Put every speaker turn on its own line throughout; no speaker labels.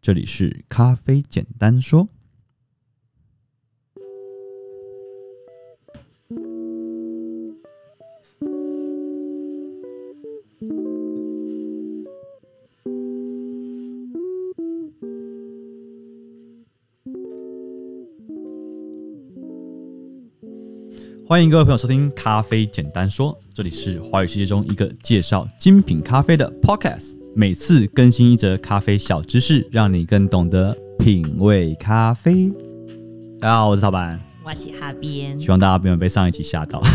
这里是咖啡简单说。欢迎各位朋友收听《咖啡简单说》，这里是华语世界中一个介绍精品咖啡的 Podcast，每次更新一则咖啡小知识，让你更懂得品味咖啡。大家好，我是老板，
我是哈边，
希望大家不要被上一集吓到。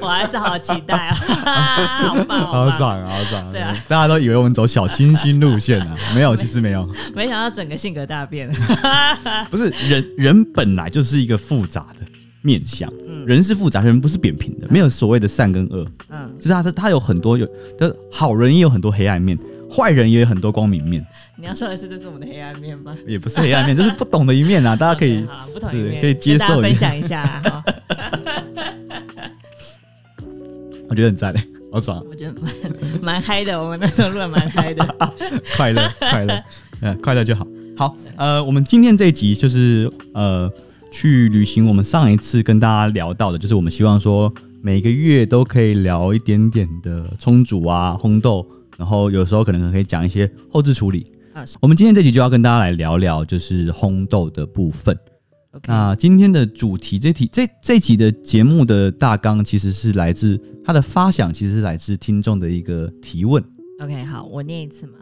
我还是好期 待啊，好棒，好棒！
啊，好爽
对啊
大家都以为我们走小清新路线啊，没 有，其实没有，
没想到整个性格大变，
不是人人本来就是一个复杂的面相，人是复杂，人不是扁平的，没有所谓的善跟恶。
嗯，
就是他是他有很多有，就是好人也有很多黑暗面，坏人也有很多光明面，
你要说的是这是我们的黑暗面吗？
也不是黑暗面，就是不懂的一面啊。大家可以
OK，好不同一面
是可以接受一
跟大家分
下
享一下啊，哈
我觉得很赞嘞，好爽啊，
我觉得蛮蛮嗨的，我们那时候录的蛮 嗨的，
快乐快乐，嗯，快乐就好。好，呃，我们今天这一集就是呃，去旅行。我们上一次跟大家聊到的，就是我们希望说每个月都可以聊一点点的冲煮啊、烘豆，然后有时候可能可以讲一些后置处理。
啊是
我们今天这集就要跟大家来聊聊，就是烘豆的部分。
，OK，
那今天的主题，这题这这集的节目的大纲其实是来自它的发想，其实是来自听众的一个提问。
OK，好，我念一次嘛。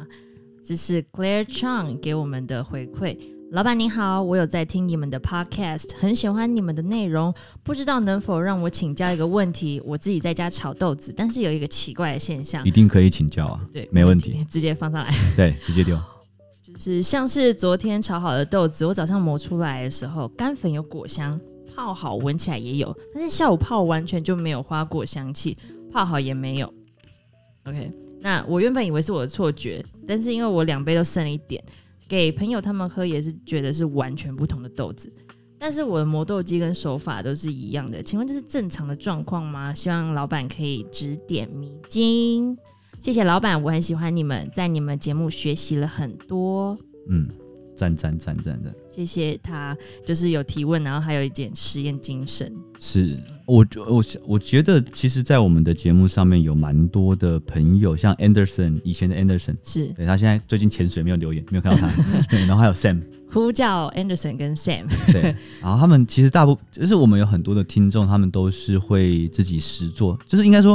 这是 Claire Chang 给我们的回馈。老板您好，我有在听你们的 podcast，很喜欢你们的内容，不知道能否让我请教一个问题？我自己在家炒豆子，但是有一个奇怪的现象
一，定可以请教 啊，
对，
没问题，，
直接放上来，
对，直接丢。
就是像是昨天炒好的豆子，我早上磨出来的时候，干粉有果香，泡好闻起来也有，但是下午泡完全就没有花果香气，泡好也没有。OK，那我原本以为是我的错觉，但是因为我两杯都剩了一点，给朋友他们喝也是觉得是完全不同的豆子。但是我的磨豆机跟手法都是一样的，请问这是正常的状况吗？希望老板可以指点迷津。谢谢老板，我很喜欢你们，在你们节目学习了很多。
嗯，赞赞赞赞赞，
谢谢他，就是有提问，然后还有一点实验精神。
是我我我觉得，其实，在我们的节目上面有蛮多的朋友，像 Anderson 以前的 Anderson，
是
对他现在最近潜水没有留言，没有看到他，对，然后还有 Sam，
呼叫 Anderson 跟 Sam，
对，然后他们其实大部分就是我们有很多的听众，他们都是会自己实做，就是应该说，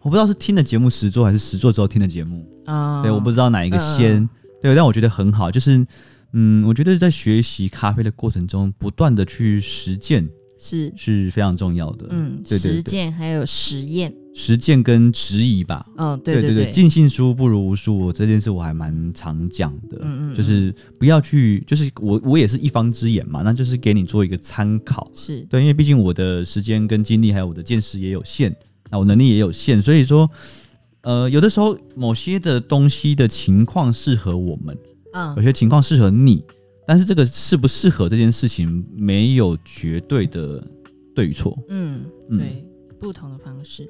我不知道是听了节目实做还是实做之后听的节目，
啊、
对，我不
知
知道哪一个先，
嗯
对，但我觉得很好，就是嗯，我觉得在学习咖啡的过程中，不断的去实践
是
是非常重要的，
嗯，
对对
实
对，
践还有实验，
实践跟质疑吧。
嗯，对
对
对，
尽信书不如无书，我这件事我还蛮常讲的，
嗯嗯嗯
就是不要去，就是我我也是一方之言嘛，那就是给你做一个参考，
是
对，因为毕竟我的时间跟精力，还有我的见识也有限，那我能力也有限，所以说，呃，有的时候某些的东西的情况适合我们，
嗯
有些情况适合你，但是这个适不适合这件事情，没有绝对的对与错。
嗯
嗯
对，不同的方式，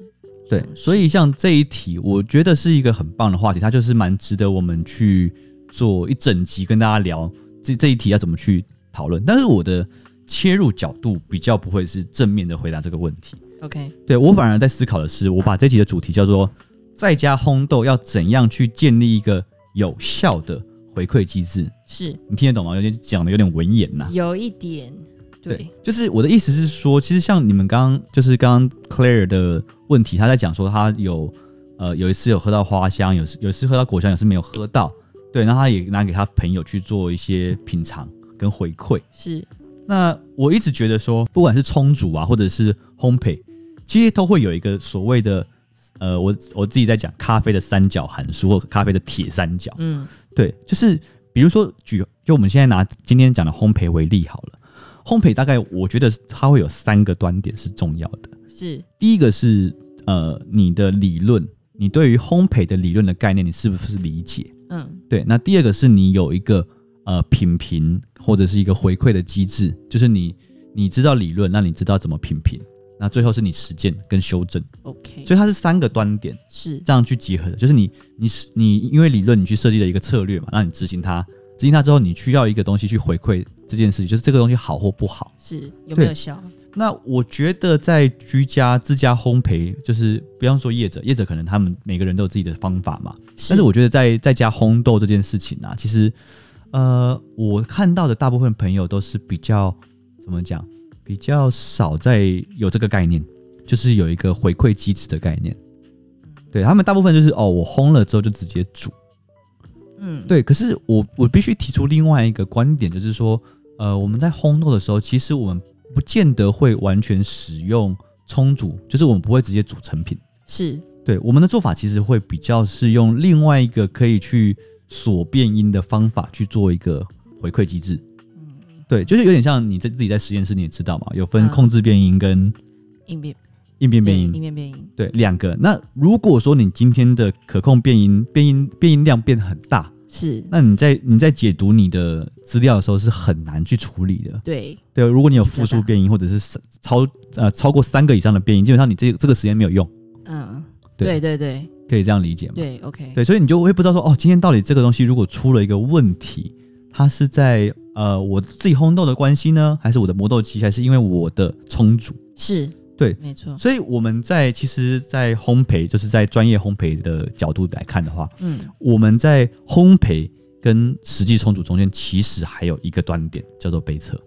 对，
是
所以像这一题，我觉得是一个很棒的话题，它就是蛮值得我们去做一整集跟大家聊这这一题要怎么去讨论。但是我的切入角度比较不会是正面的回答这个问题。
OK，
对我反而在思考的是，我把这集的主题叫做“在家烘豆”，要怎样去建立一个有效的回馈机制？
是
你听得懂吗？有点讲的有点文言呐、
有一点对，
就是我的意思是说，其实像你们刚刚就是刚刚 Claire 的问题，她在讲说她有呃有一次有喝到花香，有时有一次喝到果香，有时没有喝到。对，那她也拿给她朋友去做一些品尝跟回馈。
是
那我一直觉得说，不管是冲煮啊，或者是烘焙，其实都会有一个所谓的，呃，我我自己在讲咖啡的三角函数或咖啡的铁三角。
嗯
对，就是比如说举，就我们现在拿今天讲的烘焙为例好了，烘焙大概我觉得它会有三个端点是重要的。
是
第一个是呃，你的理论，你对于烘焙的理论的概念，你是不是理解？
嗯
对，那第二个是你有一个呃品评或者是一个回馈的机制，就是你你知道理论，那你知道怎么品评，那最后是你实践跟修正，
OK，
所以它是三个端点
是
这样去结合的，就是你你是你因为理论你去设计了一个策略嘛，让你执行它，执行它之后你需要一个东西去回馈这件事情，就是这个东西好或不好。
是有没有
对
效？
那我觉得在居家自家烘焙，就是不要说业者，业者可能他们每个人都有自己的方法嘛，但是我觉得在在家烘豆这件事情啊，其实呃，我看到的大部分朋友都是比较怎么讲，比较少在有这个概念，就是有一个回馈机制的概念。对他们大部分就是哦，我烘了之后就直接煮。
嗯，
对，可是我我必须提出另外一个观点，就是说，呃，我们在烘豆的时候，其实我们不见得会完全使用冲煮，就是我们不会直接煮成品。
是
对，我们的做法其实会比较是用另外一个可以去锁变音的方法去做一个回馈机制。对，就是有点像你在自己在实验室，你也知道嘛，有分
嗯
控制变音跟
应变
应变变
对
音。
应变变音，
对，两个。那如果说你今天的可控变音、变音、变音量变很大，
是
那你在你在解读你的资料的时候是很难去处理的。
对
对，如果你有复数变音或者是三超呃超过三个以上的变音，基本上你这这个实验没有用，
嗯，对
对
对对
可以这样理解吗？
对，OK，
对，所以你就会不知道说，哦，今天到底这个东西如果出了一个问题，它是在呃我自己烘豆的关系呢，还是我的磨豆机，还是因为我的冲煮？
是，
对
没错，
所以我们在其实，在烘焙，就是在专业烘焙的角度来看的话，
嗯，
我们在烘焙跟实际冲煮中间，其实还有一个端点叫做杯测，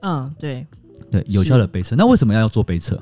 嗯，对，
对，有效的杯测。那为什么要做杯测？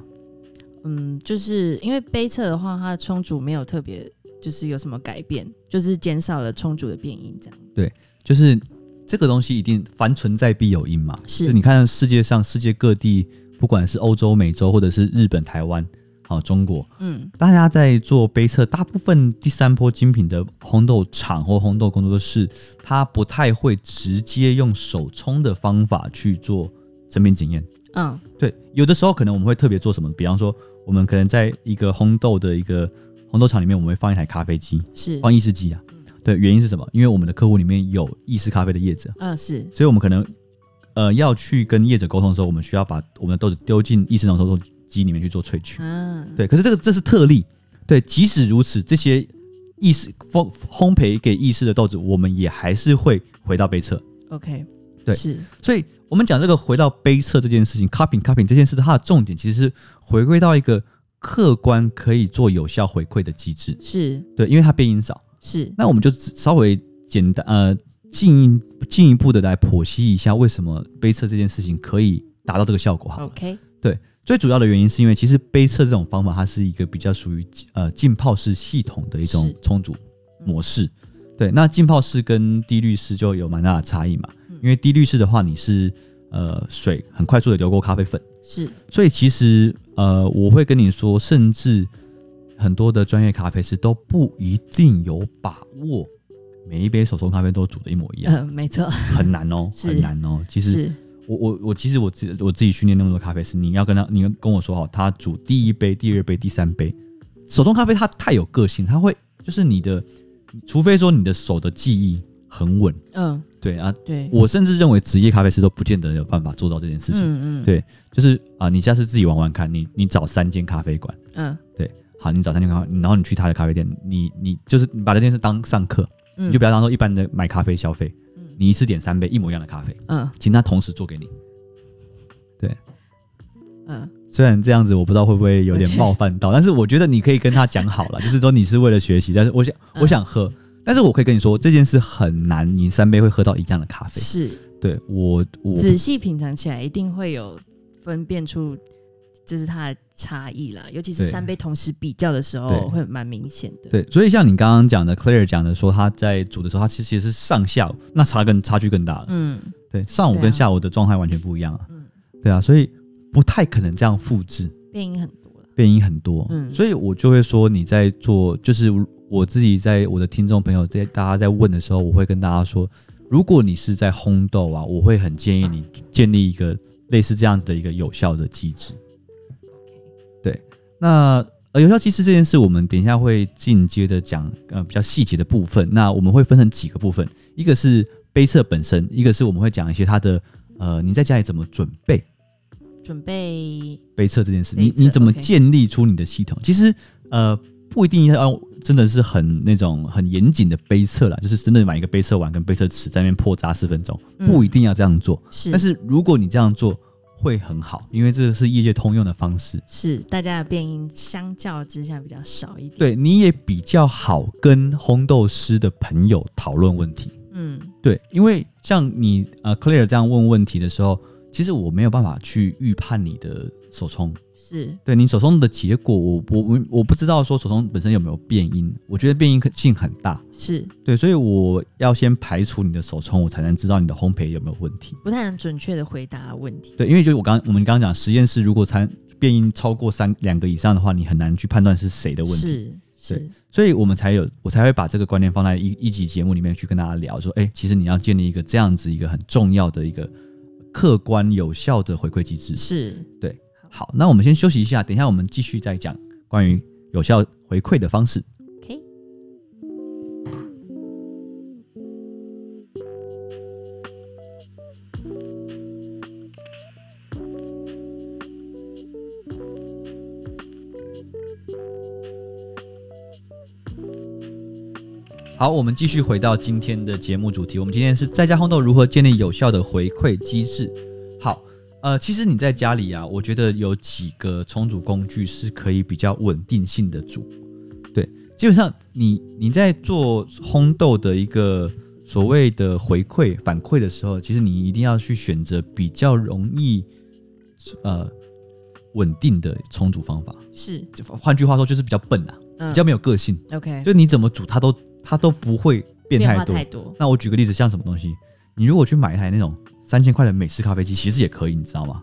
嗯，就是因为杯测的话，它的冲煮没有特别，就是有什么改变，就是减少了冲煮的变音，这样
就是这个东西一定凡存在必有因嘛，
是
就你看世界上世界各地，不管是欧洲、美洲，或者是日本、台湾，好、中国，
嗯，
大家在做杯测，大部分第三波精品的烘豆厂或烘豆工作室，它不太会直接用手冲的方法去做成品检验。
嗯，
对，有的时候可能我们会特别做什么，比方说我们可能在一个烘豆的一个烘豆厂里面，我们会放一台咖啡机，
是，
放意式机啊。对，原因是什么？因为我们的客户里面有意式咖啡的业者，
嗯，是
所以我们可能呃要去跟业者沟通的时候，我们需要把我们的豆子丢进意式浓缩豆机里面去做萃取。
啊，
对，可是这个这是特例。对，即使如此，这些意式烘烘焙给意式的豆子，我们也还是会回到杯测。
，OK，
对
是，
所以我们讲这个回到杯测这件事情，copying copying 这件事，它的重点其实是回归到一个客观可以做有效回馈的机制。
是，
对，因为它变音少，
是，
那我们就只稍微简单呃进一进一步的来剖析一下为什么杯测这件事情可以达到这个效果好了。
OK，
最主要的原因是因为其实杯测这种方法，它是一个比较属于呃浸泡式系统的一种
是嗯
冲煮模式。对，那浸泡式跟滴滤式就有蛮大的差异嘛，
嗯
因为滴滤式的话，你是呃水很快速的流过咖啡粉，
是，
所以其实呃我会跟你说，甚至很多的专业咖啡师都不一定有把握。每一杯手冲咖啡都煮的一模一样，
嗯， 没错，
很难哦，
是
很难哦。其实
是，
我我我其实我自我自己训练那么多咖啡师，你要跟他，你要跟我说好，他煮第一杯、第二杯、第三杯，手冲咖啡它太有个性，它会就是你的，除非说你的手的技艺很稳，
嗯，
对啊，
对，
我甚至认为职业咖啡师都不见得有办法做到这件事情，
嗯嗯，
对就是啊，你下次自己玩玩看，你你找三间咖啡馆，
嗯
好，你找三间咖啡，然后你去他的咖啡店，你你就是你把这件事当上课，
嗯，
你就不要当做一般的买咖啡消费，你一次点三杯一模一样的咖啡，
嗯
请他同时做给你。
嗯，
虽然这样子，我不知道会不会有点冒犯 到，但是我觉得你可以跟他讲好了，就是说你是为了学习，但是我想
嗯
我想喝，但是我可以跟你说这件事很难，你三杯会喝到一样的咖啡。
是，
对我我
仔细品尝起来，一定会有分辨出就是它的差异啦，尤其是
对
三杯同时比较的时候，
对
会蛮明显的。
对，所以像你刚刚讲的，Claire 讲的说他在煮的时候，他其实是上下午，那差更差距更大了。
嗯，
对，上午
对啊
跟下午的状态完全不一样啊。
嗯
对啊，所以不太可能这样复制。
变音很多了。
变音很多，
嗯
所以我就会说你在做，就是我自己在我的听众朋友在大家在问的时候，我会跟大家说，如果你是在烘豆啊，我会很建议你建立一个类似这样子的一个有效的机制。那呃，有效机制这件事，我们等一下会进阶的讲，呃，比较细节的部分。那我们会分成几个部分，一个是杯测本身，一个是我们会讲一些它的，呃，你在家里怎么准备，
准备
杯测这件事，
杯
你
测
你怎么
OK
建立出你的系统？其实呃，不一定要真的是很那种很严谨的杯测啦，就是真的买一个杯测碗跟杯测尺在那边破扎四分钟，
嗯
不一定要这样做。
是，
但是如果你这样做会很好，因为这个是业界通用的方式，
是大家的变音相较之下比较少一点。，
对你也比较好跟烘豆师的朋友讨论问题。
嗯，
对，因为像你呃 Claire 这样问问题的时候，其实我没有办法去预判你的手冲，
是
对你手冲的结果，我我我我不知道说手冲本身有没有变音，我觉得变音可性很大，
是，
对，所以我要先排除你的手冲，我才能知道你的烘焙有没有问题。
不太能准确的回答问题。
对，因为就是我刚我们刚刚讲实验室，如果参变音超过三两个以上的话，你很难去判断是谁的问题，
是是，
所以我们才有我才会把这个观念放在一一集节目里面去跟大家聊，说，哎、其实你要建立一个这样子一个很重要的一个客观有效的回馈机制。
是
好，那我们先休息一下，等一下我们继续再讲关于有效回馈的方式。
，OK，
好，我们继续回到今天的节目主题。我们今天是在家烘豆如何建立有效的回馈机制。好，呃，其实你在家里啊，我觉得有几个冲煮工具是可以比较稳定性的煮。对，基本上你你在做烘豆的一个所谓的回馈反馈的时候，其实你一定要去选择比较容易呃稳定的冲煮方法。
是，
就换句话说，就是比较笨啊，比
嗯
较没有个性。
，OK，
就你怎么煮，它都它都不会变
变
太
化
多。
太多，
那我举个例子，像什么东西，你如果去买一台那种三千块的美式咖啡机，其实也可以，你知道吗？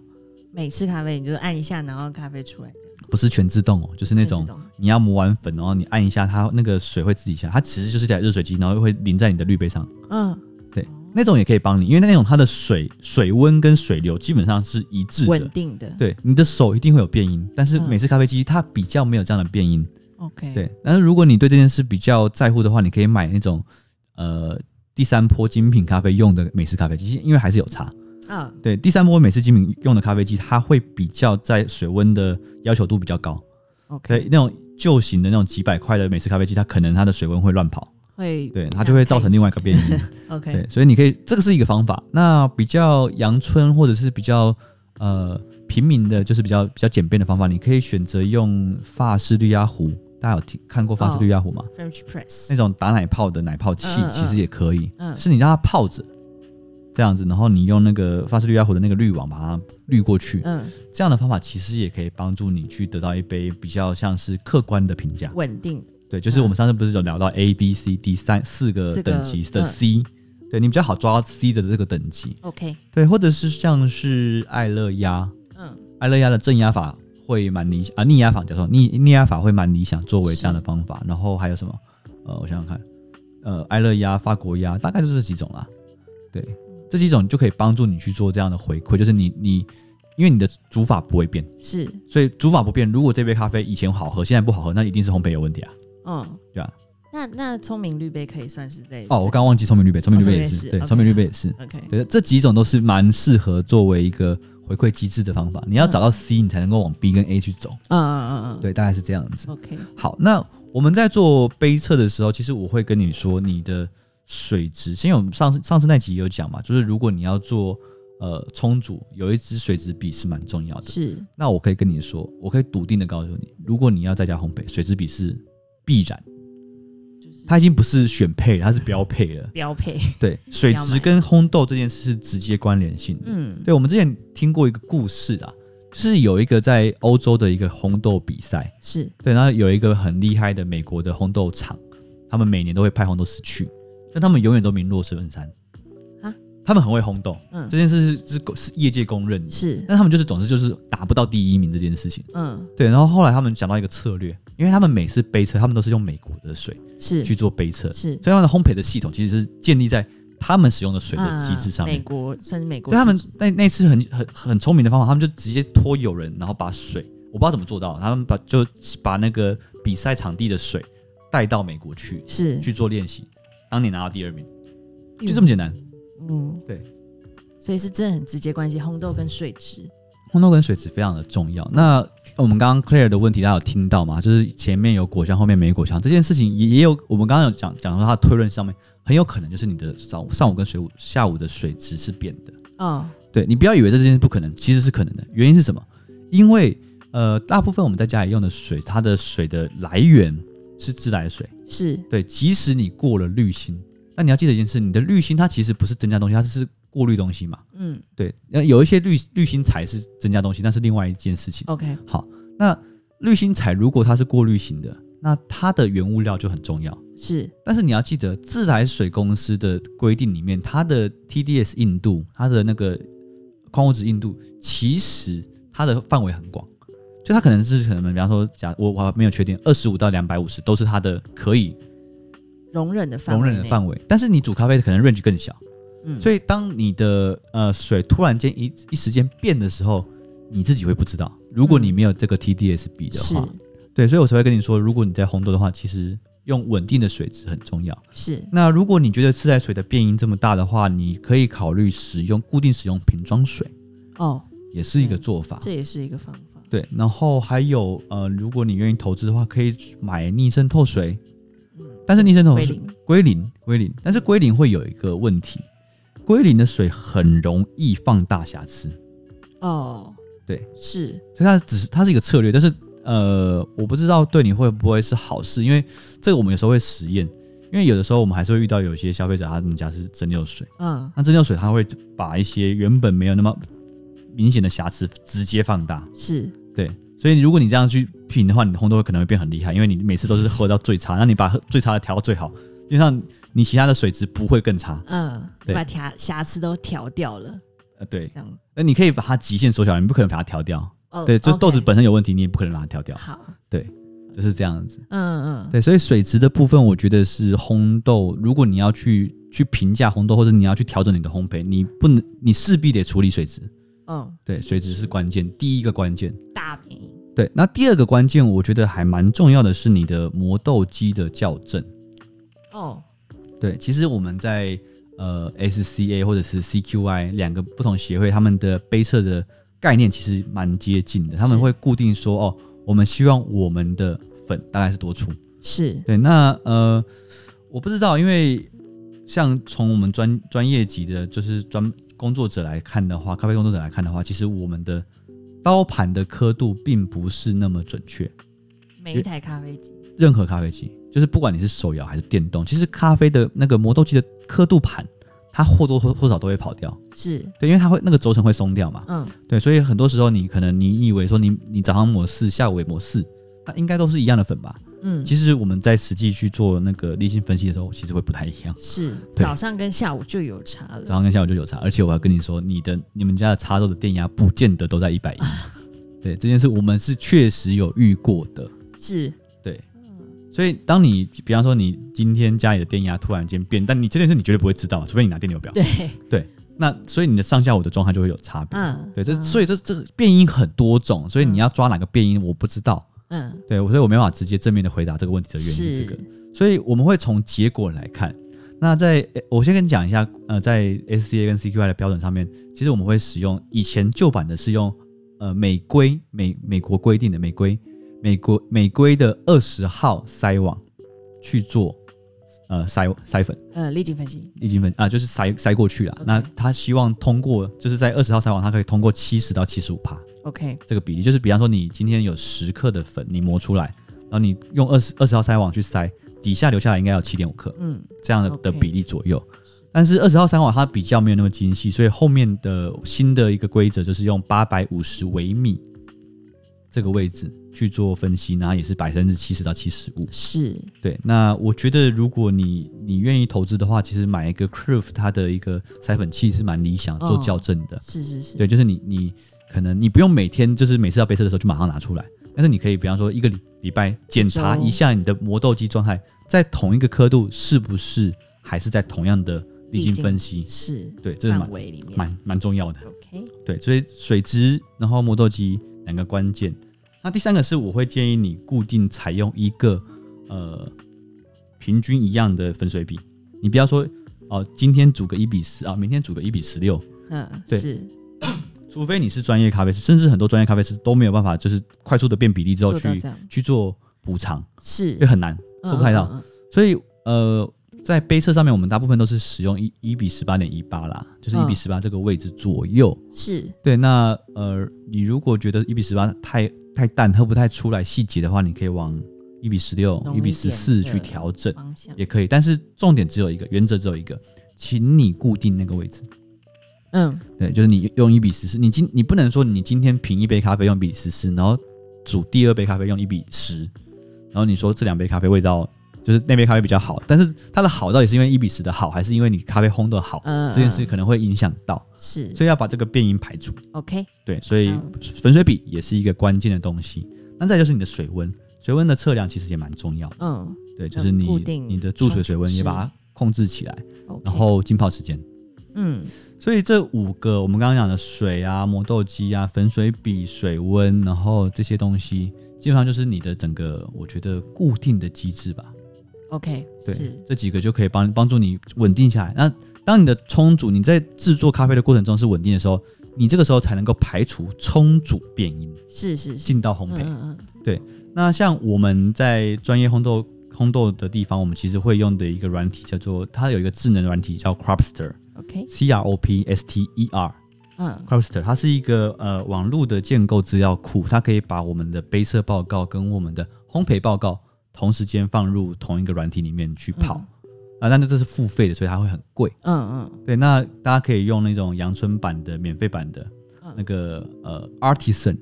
美式咖啡你就是按一下，然后咖啡出来这样，
不是全自动哦，就是那
自
种
动
你要磨完粉，然后你按一下，它那个水会自己下，它其实就是一台热水机，然后会淋在你的滤杯上。
嗯，
对，那种也可以帮你，因为那种它的水水温跟水流基本上是一致
稳
的。
定的
对，你的手一定会有变音，但是
嗯
美式咖啡机它比较没有这样的变音。
，OK，，
对，但是如果你对这件事比较在乎的话，你可以买那种呃第三波精品咖啡用的美式咖啡机，因为还是有差。
嗯，
对，第三波美式精品用的咖啡机，它会比较在水温的要求度比较高。对，
OK，
那种旧型的那种几百块的美式咖啡机，它可能它的水温会乱跑，
会
对，它就会造成另外一个变音。对
，OK，，
所以你可以这个是一个方法。那比较阳春或者是比较呃平民的，就是比较比较简便的方法，你可以选择用法式滤压壶。大家有听看过法式
哦
滤压壶吗？
French press，
那种打奶泡的奶泡器
嗯嗯嗯
其实也可以，
嗯
是你让它泡着这样子，然后你用那个发式滤压壶的那个滤网把它滤过去，
嗯，
这样的方法其实也可以帮助你去得到一杯比较像是客观的评价。
嗯稳定，
对，就是我们上次不是有聊到 A、B、C、D 三四个
嗯四个
等级的
嗯
C，、对你比较好抓到 C 的这个等级，
OK，
对，或者是像是艾乐压，
嗯，
艾乐压的正压法会蛮理啊，逆压法叫做逆逆压法会蛮理想，作为这样的方法。然后还有什么？呃，我想想看，呃，艾乐压、法国压，大概就是这几种啦。对，这几种就可以帮助你去做这样的回馈，就是你你因为你的煮法不会变，
是，
所以煮法不变。如果这杯咖啡以前好喝，现在不好喝，那一定是烘焙有问题啊。
嗯，
对啊。
那那聪明绿杯可以算是在
哦，我刚刚忘记聪明绿杯，聪明绿
哦
杯
聪
也
明
是，
绿杯
对，
是
聪明绿杯也是。
OK，
对，这几种都是蛮适合作为一个回馈机制的方法。你要找到 C，你才能够往 B 跟 A 去走。
嗯嗯嗯嗯，
对，大概是这样子。
，OK，
好，那我们在做杯测的时候，其实我会跟你说你的水质，因为我们上次上次那集有讲嘛，就是如果你要做呃冲煮，有一支水质比是蛮重要的。
是
那我可以跟你说，我可以笃定的告诉你，如果你要在家烘焙，水质比是必然，
就是。
它已经不是选配了，它是标配了
标 配，
对，水
要买
质跟烘豆这件事是直接关联性的。
嗯，
对，我们之前听过一个故事啊，就是有一个在欧洲的一个烘豆比赛，
是
对，然后有一个很厉害的美国的烘豆厂，他们每年都会派烘豆师去，但他们永远都名落孙山
啊
他们很会烘豆，
嗯
这件事是是公是业界公认的，
是，
但他们就是总之就是达不到第一名这件事情。
嗯
对，然后后来他们想到一个策略，因为他们每次杯测，他们都是用美国的水
是
去做杯测，所
是
以他们的烘焙的系统其实是建立在他们使用的水的机制上
啊
面。
美国算是美国
所以他们
机制
那那次很很很聪明的方法，他们就直接托友人，然后把水，我不知道怎么做到，他们把就把那个比赛场地的水带到美国去
是
去做练习，当年拿到第二名，就这么简单。
嗯，
对，
所以是真的很直接关系，红豆跟水质
烘豆跟水质非常的重要。那我们刚刚 Claire 的问题，大家有听到吗？就是前面有果香，后面没果香这件事情也，也有我们刚刚有讲讲到它推论上面，很有可能就是你的早上午跟水午下午的水质是变的。
哦，
对你不要以为这件事不可能，其实是可能的。原因是什么？因为呃，大部分我们在家里用的水，它的水的来源是自来水。
是
对，即使你过了滤芯，那你要记得一件事，你的滤芯它其实不是增加东西，它是过滤东西嘛。
嗯
对，那有一些滤滤芯材是增加东西，那是另外一件事情。
，OK，
好，那滤芯材如果它是过滤型的，那它的原物料就很重要。
是
但是你要记得，自来水公司的规定里面，它的 TDS 硬度，它的那个矿物质硬度，其实它的范围很广，就它可能是可能，比方说假我我没有确定，二十五到两百五十都是它的可以
容忍的范
容
围内，
忍的范围。但是你煮咖啡可能 range 更小，
嗯，
所以当你的呃水突然间一一时间变的时候，你自己会不知道。如果你没有这个 TDS 比的
嗯是
话，对，所以我才会跟你说，如果你在烘豆的话，其实用稳定的水质很重要。
是
那如果你觉得自来水的变音这么大的话，你可以考虑使用固定使用瓶装水，
哦，
也是一个做法。
这也是一个方法。
对，然后还有呃，如果你愿意投资的话，可以买逆渗透水，但是逆渗透
归
水
零
归零归零，但是归零会有一个问题，归零的水很容易放大瑕疵，
哦，
对，
是
所以它只是它是一个策略，但是呃，我不知道对你会不会是好事，因为这个我们有时候会实验，因为有的时候我们还是会遇到有些消费者他们家是蒸馏水。
嗯
那蒸馏水它会把一些原本没有那么明显的瑕疵直接放大，
是
对。所以如果你这样去品的话，你的烘豆会可能会变很厉害，因为你每次都是喝到最差，那你把喝最差的调到最好，就像你其他的水质不会更差，
嗯，
对
把瑕瑕疵都调掉了，
呃，对。
这样
那你可以把它极限缩小，你不可能把它调掉，
哦，
对，就
OK
豆子本身有问题，你也不可能把它调掉，
好，
就是这样子。
嗯嗯，
对，所以水质的部分，我觉得是烘豆，如果你要去去评价烘豆，或者你要去调整你的烘焙，你不能，你势必得处理水质，
嗯，
对，水质是关键，第一个关键。
大便宜
对，那第二个关键，我觉得还蛮重要的是你的磨豆机的校正。
哦，
对，其实我们在呃 SCA 或者是 CQI 两个不同协会，他们的杯测的概念其实蛮接近的，他们
是
会固定说哦，我们希望我们的粉大概是多粗。
是
对，那呃，我不知道，因为像从我们专专业级的，就是专工作者来看的话，咖啡工作者来看的话，其实我们的刀盘的刻度并不是那么准确。
每一台咖啡机
任何咖啡机，就是不管你是手摇还是电动，其实咖啡的那个磨豆机的刻度盘，它或多或少都会跑掉。
是，
对，因为它会那个轴承会松掉嘛。
嗯，
对，所以很多时候你可能你以为说你你早上磨四，下午也磨四，那应该都是一样的粉吧？
嗯，
其实我们在实际去做那个例行分析的时候，其实会不太一样。
是
对
早上跟下午就有差
早
了，
上跟下午就有差，而且我要跟你说，你的你们家的插座的电压不见得都在一百一。对，这件事我们是确实有遇过的。
是
所以，当你比方说你今天家里的电压突然间变，但你这件事你绝对不会知道，除非你拿电流表。
对，
那所以你的上下午的状态就会有差别。
嗯，
对，这
嗯
所以这这个变音很多种，所以你要抓哪个变音，我不知道。
嗯
对，所以我没办法直接正面的回答这个问题的原因是这
是
个。所以我们会从结果来看。那在呃我先跟你讲一下，呃，在 SCA 跟 CQI 的标准上面，其实我们会使用以前旧版的是用呃美规美美国规定的美规美国美规的二十号筛网去做呃筛筛粉
呃，立即分析
已经分啊、就是筛筛过去了。
OK
那他希望通过就是在二十号筛网，它可以通过七十到七十五帕。
，OK，
这个比例，就是比方说你今天有十克的粉，你磨出来，然后你用二十二十号筛网去筛，底下留下来应该有七点五克
嗯，
这样的
OK
的比例左右。但是二十号筛网它比较没有那么精细，所以后面的新的一个规则就是用八百五十微米这个位置去做分析，然后也是百分之七十到七十五。
是
对，那我觉得如果你你愿意投资的话，其实买一个 Curve 它的一个筛粉器是蛮理想做
哦
校正的。
是是是，
对，就是你你可能你不用每天就是每次要背测的时候就马上拿出来，但是你可以比方说一个礼礼拜检查一下你的磨豆机状态，在同一个刻度是不是还是在同样的粒径啊分析？
是
对，这是
范
蛮
围里面
蛮蛮重要的。
，OK，
对，所以水质然后磨豆机两个关键。那第三个是我会建议你固定采用一个呃平均一样的分水比，你不要说哦、今天煮个一比十啊，明天煮个一比十六，
嗯，
对
是
除非你是专业咖啡师，甚至很多专业咖啡师都没有办法，就是快速的变比例之后
做到
去
这样
去做补偿，
是
就很难。 做不太到
嗯嗯嗯
所以呃，在杯测上面，我们大部分都是使用一一比十八点一八啦，就是一
嗯
比十八这个位置左右。
嗯是
对，那呃，你如果觉得一比十八太太淡，喝不太出来细节的话，你可以往一比十六、
浓
一
一
比
点
十四
的
去调整，
方向。
也可以。但是重点只有一个，原则只有一个，请你固定那个位置。
嗯，
对，就是你用一比十四，你今你不能说你今天品一杯咖啡用比十四，然后煮第二杯咖啡用一比十，然后你说这两杯咖啡味道就是那杯咖啡比较好，但是它的好到底是因为一比十的好，还是因为你咖啡烘的好？
呃，
这件事可能会影响到，
嗯是
所以要把这个变因排除。
OK，
对，所以
嗯
粉水比也是一个关键的东西。那再就是你的水温，水温的测量其实也蛮重要的。
嗯
对，就
嗯
是你
固定
你的注水水温
是
也把它控制起来，
，OK，
然后浸泡时间。
嗯
所以这五个我们刚刚讲的水啊、磨豆机啊、粉水比、水温，然后这些东西，基本上就是你的整个我觉得固定的机制吧。
OK，
对
是，
这几个就可以帮帮助你稳定下来。那当你的冲煮，你在制作咖啡的过程中是稳定的时候，你这个时候才能够排除冲煮变因，
是是是，
进到烘
嗯
焙。
嗯嗯，
那像我们在专业烘豆烘豆的地方，我们其实会用的一个软体叫做，它有一个智能软体叫 Cropster，C
OK，
R O P S T E R。
嗯
Cropster，它是一个呃网络的建构资料库，它可以把我们的杯测报告跟我们的烘焙报告同时间放入同一个软体里面去跑。啊，但是这是付费的，所以它会很贵。
嗯嗯
对，那大家可以用那种阳春版的、免费版的
嗯，
那个呃 Artisan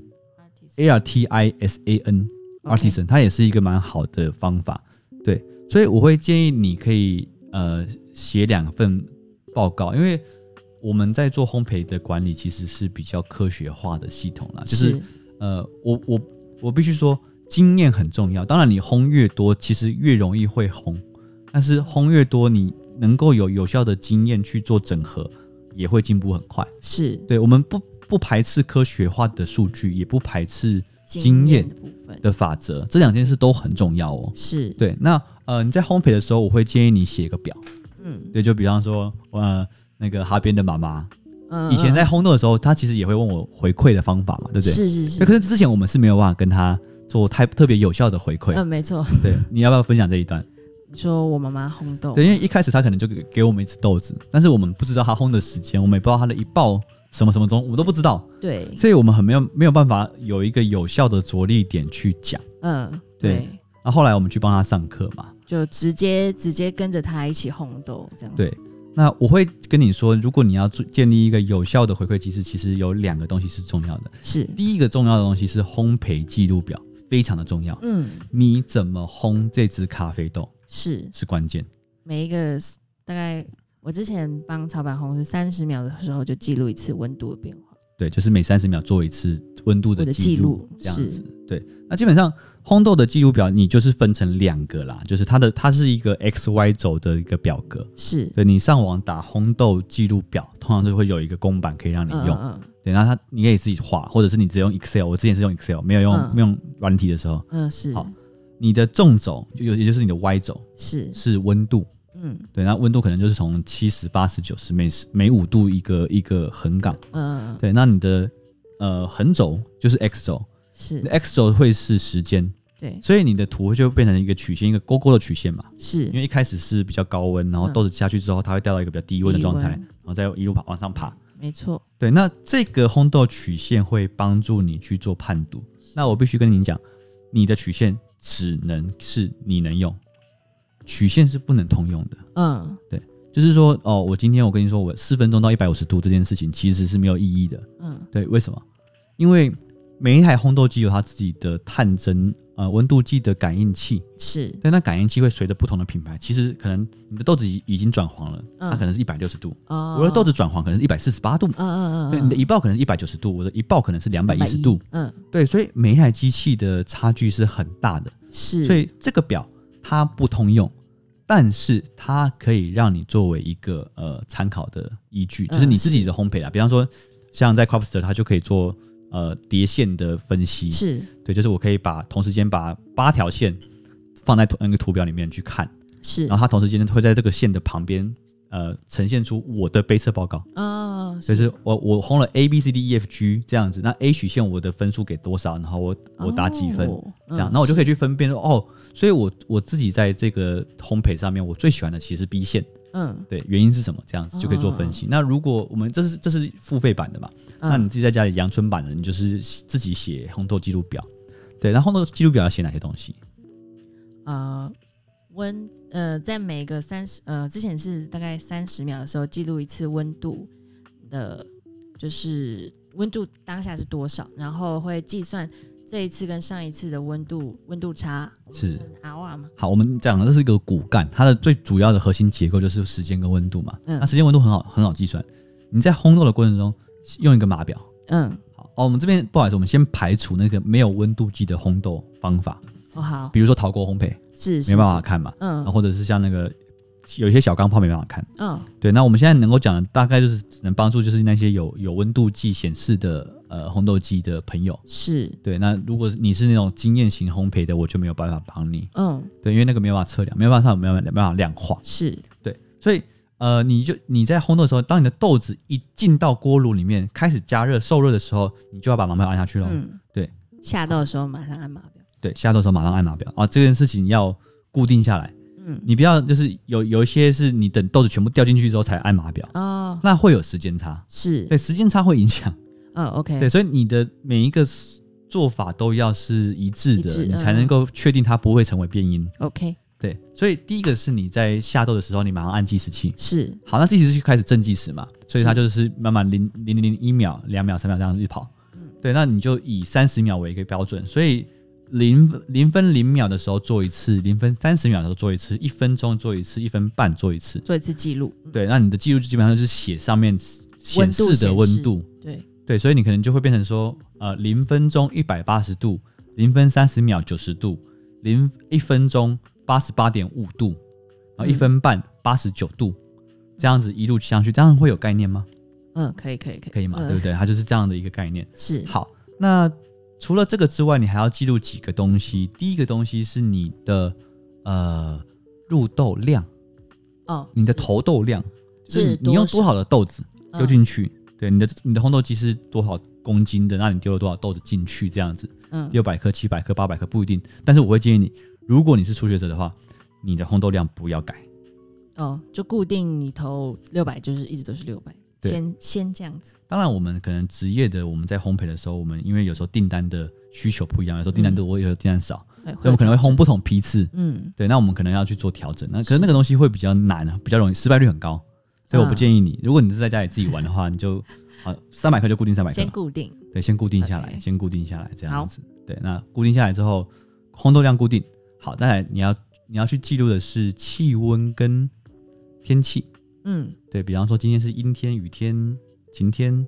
A R T I S A N
OK
Artisan，它也是一个蛮好的方法。对，所以我会建议你可以呃写两份报告，因为我们在做烘焙的管理其实是比较科学化的系统啦，就是呃，我我我必须说，经验很重要。当然，你烘越多，其实越容易会烘，但是烘越多，你能够有有效的经验去做整合，也会进步很快。
是
对我们不不排斥科学化的数据，也不排斥经
经
验
的部分，
的法则，这两件事都很重要哦。
是
对，那呃，你在烘焙的时候，我会建议你写个表，
嗯
对，就比方说，呃，那个哈边的妈妈，
嗯，
以前
嗯
在烘豆的时候，她其实也会问我回馈的方法嘛，对不对？
是是
那可
是，
是之前我们是没有办法跟他做太特别有效的回馈。
嗯，没错，
对，你要不要分享这一段？
你说我妈妈烘豆，
对，因为一开始他可能就给给我们一只豆子，但是我们不知道他烘的时间，我们也不知道他的一爆什么什么钟，我们都不知道，
对，
所以我们很没有没有办法有一个有效的着力点去讲。
嗯
对
对，
那后来我们去帮他上课嘛，
就直接直接跟着她一起烘豆这样子，
对。那我会跟你说，如果你要做建立一个有效的回馈机制，其实有两个东西是重要的。
是
第一个重要的东西是烘焙记录表，非常的重要。
嗯
你怎么烘这只咖啡豆
是
是关键。
每一个大概。我之前帮曹板烘是三十秒的时候就记录一次温度的变化，
对，就是每三十秒做一次温度
我
的
的
记
记
录
录，
这样
是
子。对，那基本上烘豆的记录表，你就是分成两个啦，就是它的它是一个 X Y 轴的一个表格。
是
对你上网打烘豆记录表，通常就会有一个公版可以让你
嗯
用。
嗯嗯
对，那它你可以自己画，或者是你只用 Excel。我之前是用 Excel，没有用、
嗯
没有用软体的时候，
嗯是
好你的纵轴就有也就是你的 Y 轴
是
是温度。
嗯
对，那温度可能就是从七十、八十、九十，每十每五度一个一个横杠。
嗯嗯
对，那你的呃横轴就是 X 轴，
是
你的 X 轴会是时间，
对
所以你的图就会变成一个曲线，一个勾勾的曲线嘛。
是
因为一开始是比较高温，然后
嗯
豆子下去之后，它会掉到一个比较低温的
低
状态，
温
然后再一路爬往上爬。
没错
对，那这个烘豆曲线会帮助你去做判读。那我必须跟你讲，你的曲线只能是你能用，曲线是不能通用的。
嗯
就是说，哦，我今天我跟你说，我四分钟到一百五十度这件事情其实是没有意义的。
嗯
对，为什么？因为每一台烘豆机有它自己的探针呃温度计的感应器，
是
对，那感应器会随着不同的品牌，其实可能你的豆子已已经转黄了，它
嗯
可能是一百六十度，
哦
我的豆子转黄可能是一百四十八度。
嗯嗯嗯
对，
嗯
你的一爆可能是一百九十度，我的一爆可能是两百一十
110
度。
嗯
对，所以每一台机器的差距是很大的，
嗯是
所以这个表它不通用，但是它可以让你作为一个呃参考的依据，就是
嗯
你自己的烘焙啦。比方说，像在 Cropster 它就可以做呃叠线的分析，
是
对，就是我可以把同时间把八条线放在同那个图表里面去看，
是
然后它同时间会在这个线的旁边呃呈现出我的杯测报告。
哦哦，
所以是我我烘了 A B C D E F G 这样子，那 A 曲线我的分数给多少，然后我我打几分，
哦
这样，那我就可
以，
以去分辨说哦，所以我我自己在这个烘焙上面，我最喜欢的其实是 B 线，
嗯，
对，原因是什么？这样子
哦
就可以做分析。那如果我们这是这是付费版的嘛？那你
嗯
自己在家里阳春版的，你就是自己写烘豆记录表，对，然后烘豆记录表要写哪些东西？
呃温呃，在每个三十呃之前是大概三十秒的时候记录一次温度的，就是温度当下是多少，然后会计算这一次跟上一次的温度温度差，
是
阿瓦嘛，
好，我们讲的这是一个骨干，它的最主要的核心结构就是时间跟温度嘛。
嗯
那时间温度很好很好计算，你在烘豆的过程中用一个码表。
嗯，
好，哦，我们这边不好意思，我们先排除那个没有温度计的烘豆方法，
哦好，
比如说陶锅烘焙
是是
没办法，哦看嘛，
是嗯
然后或者是像那个有一些小钢炮没办法看。
嗯
对，那我们现在能够讲的大概就是只能帮助就是那些有有温度计显示的呃烘豆机的朋友。
是
对，那如果你是那种经验型烘焙的，我就没有办法帮你。
嗯
对，因为那个没有办法测量，没有办法没有办法没有办法量化。
是
对，所以呃，你就你在烘豆的时候，当你的豆子一进到锅炉里面开始加热受热的时候，你就要把码表按下去了。
嗯
哦对，
下到的时候马上按码表，
对，下豆的时候马上按码表啊，这件事情要固定下来。
嗯
你不要就是有有一些是你等豆子全部掉进去之后才按码表，
哦
那会有时间差。
是
对，时间差会影响。
嗯 OK
对，所以你的每一个做法都要是一致
一
的，
致
你才
嗯
能够确定它不会成为变音。
OK
对，所以第一个是你在下豆的时候，你马上按计时器。
是
好，那计时器开始正计时嘛，所以它就是慢慢零零零零一秒、两秒、三秒这样子跑。对，那你就以三十秒为一个标准，所以零零分零秒的时候做一次，零分三十秒的时候做一次，一分钟做一次，一分半做一次。
做一次记录，
对，那你的记录就基本上就是写上面显示的
温
嗯温
度
度。
对
对，所以你可能就会变成说，呃，零分钟一百八十度，零分三十秒九十度，零一分钟八十八点五度，然后一
嗯
分半八十九度，这样子一路下去，这样会有概念吗？
嗯可以可以可以
可以嘛，
嗯
对不对？它就是这样的一个概念。
是
好，那除了这个之外，你还要记录几个东西。第一个东西是你的呃入豆量，
哦
你的投豆量，就是你你用多少的豆子，丢
嗯
进去。对，你的你的烘豆机是多少公斤的？那你丢了多少豆子进去？这样子，
嗯
六百克、七百克、八百克不一定。但是我会建议你，如果你是初学者的话，你的烘豆量不要改。
哦就固定你投六百就是一直都是六百，
对
先先这样子
当然，我们可能职业的，我们在烘焙的时候，我们因为有时候订单的需求不一样，有时候订单
嗯
多，有时候订单少，
对
所以我们可能会烘不同批次。
嗯
对，那我们可能要去做调整。那可是
是
那个东西会比较难，啊比较容易失败率很高，所以我不
嗯
建议你。如果你是在家里自己玩的话，你就啊三百克就固定三百克，
嗯先固定
对，先固定下来
OK
先固定下来这样子。对，那固定下来之后，烘豆量固定。好，再来你要你要去记录的是气温跟天气。
嗯
对比方说，今天是阴天、雨天、晴天，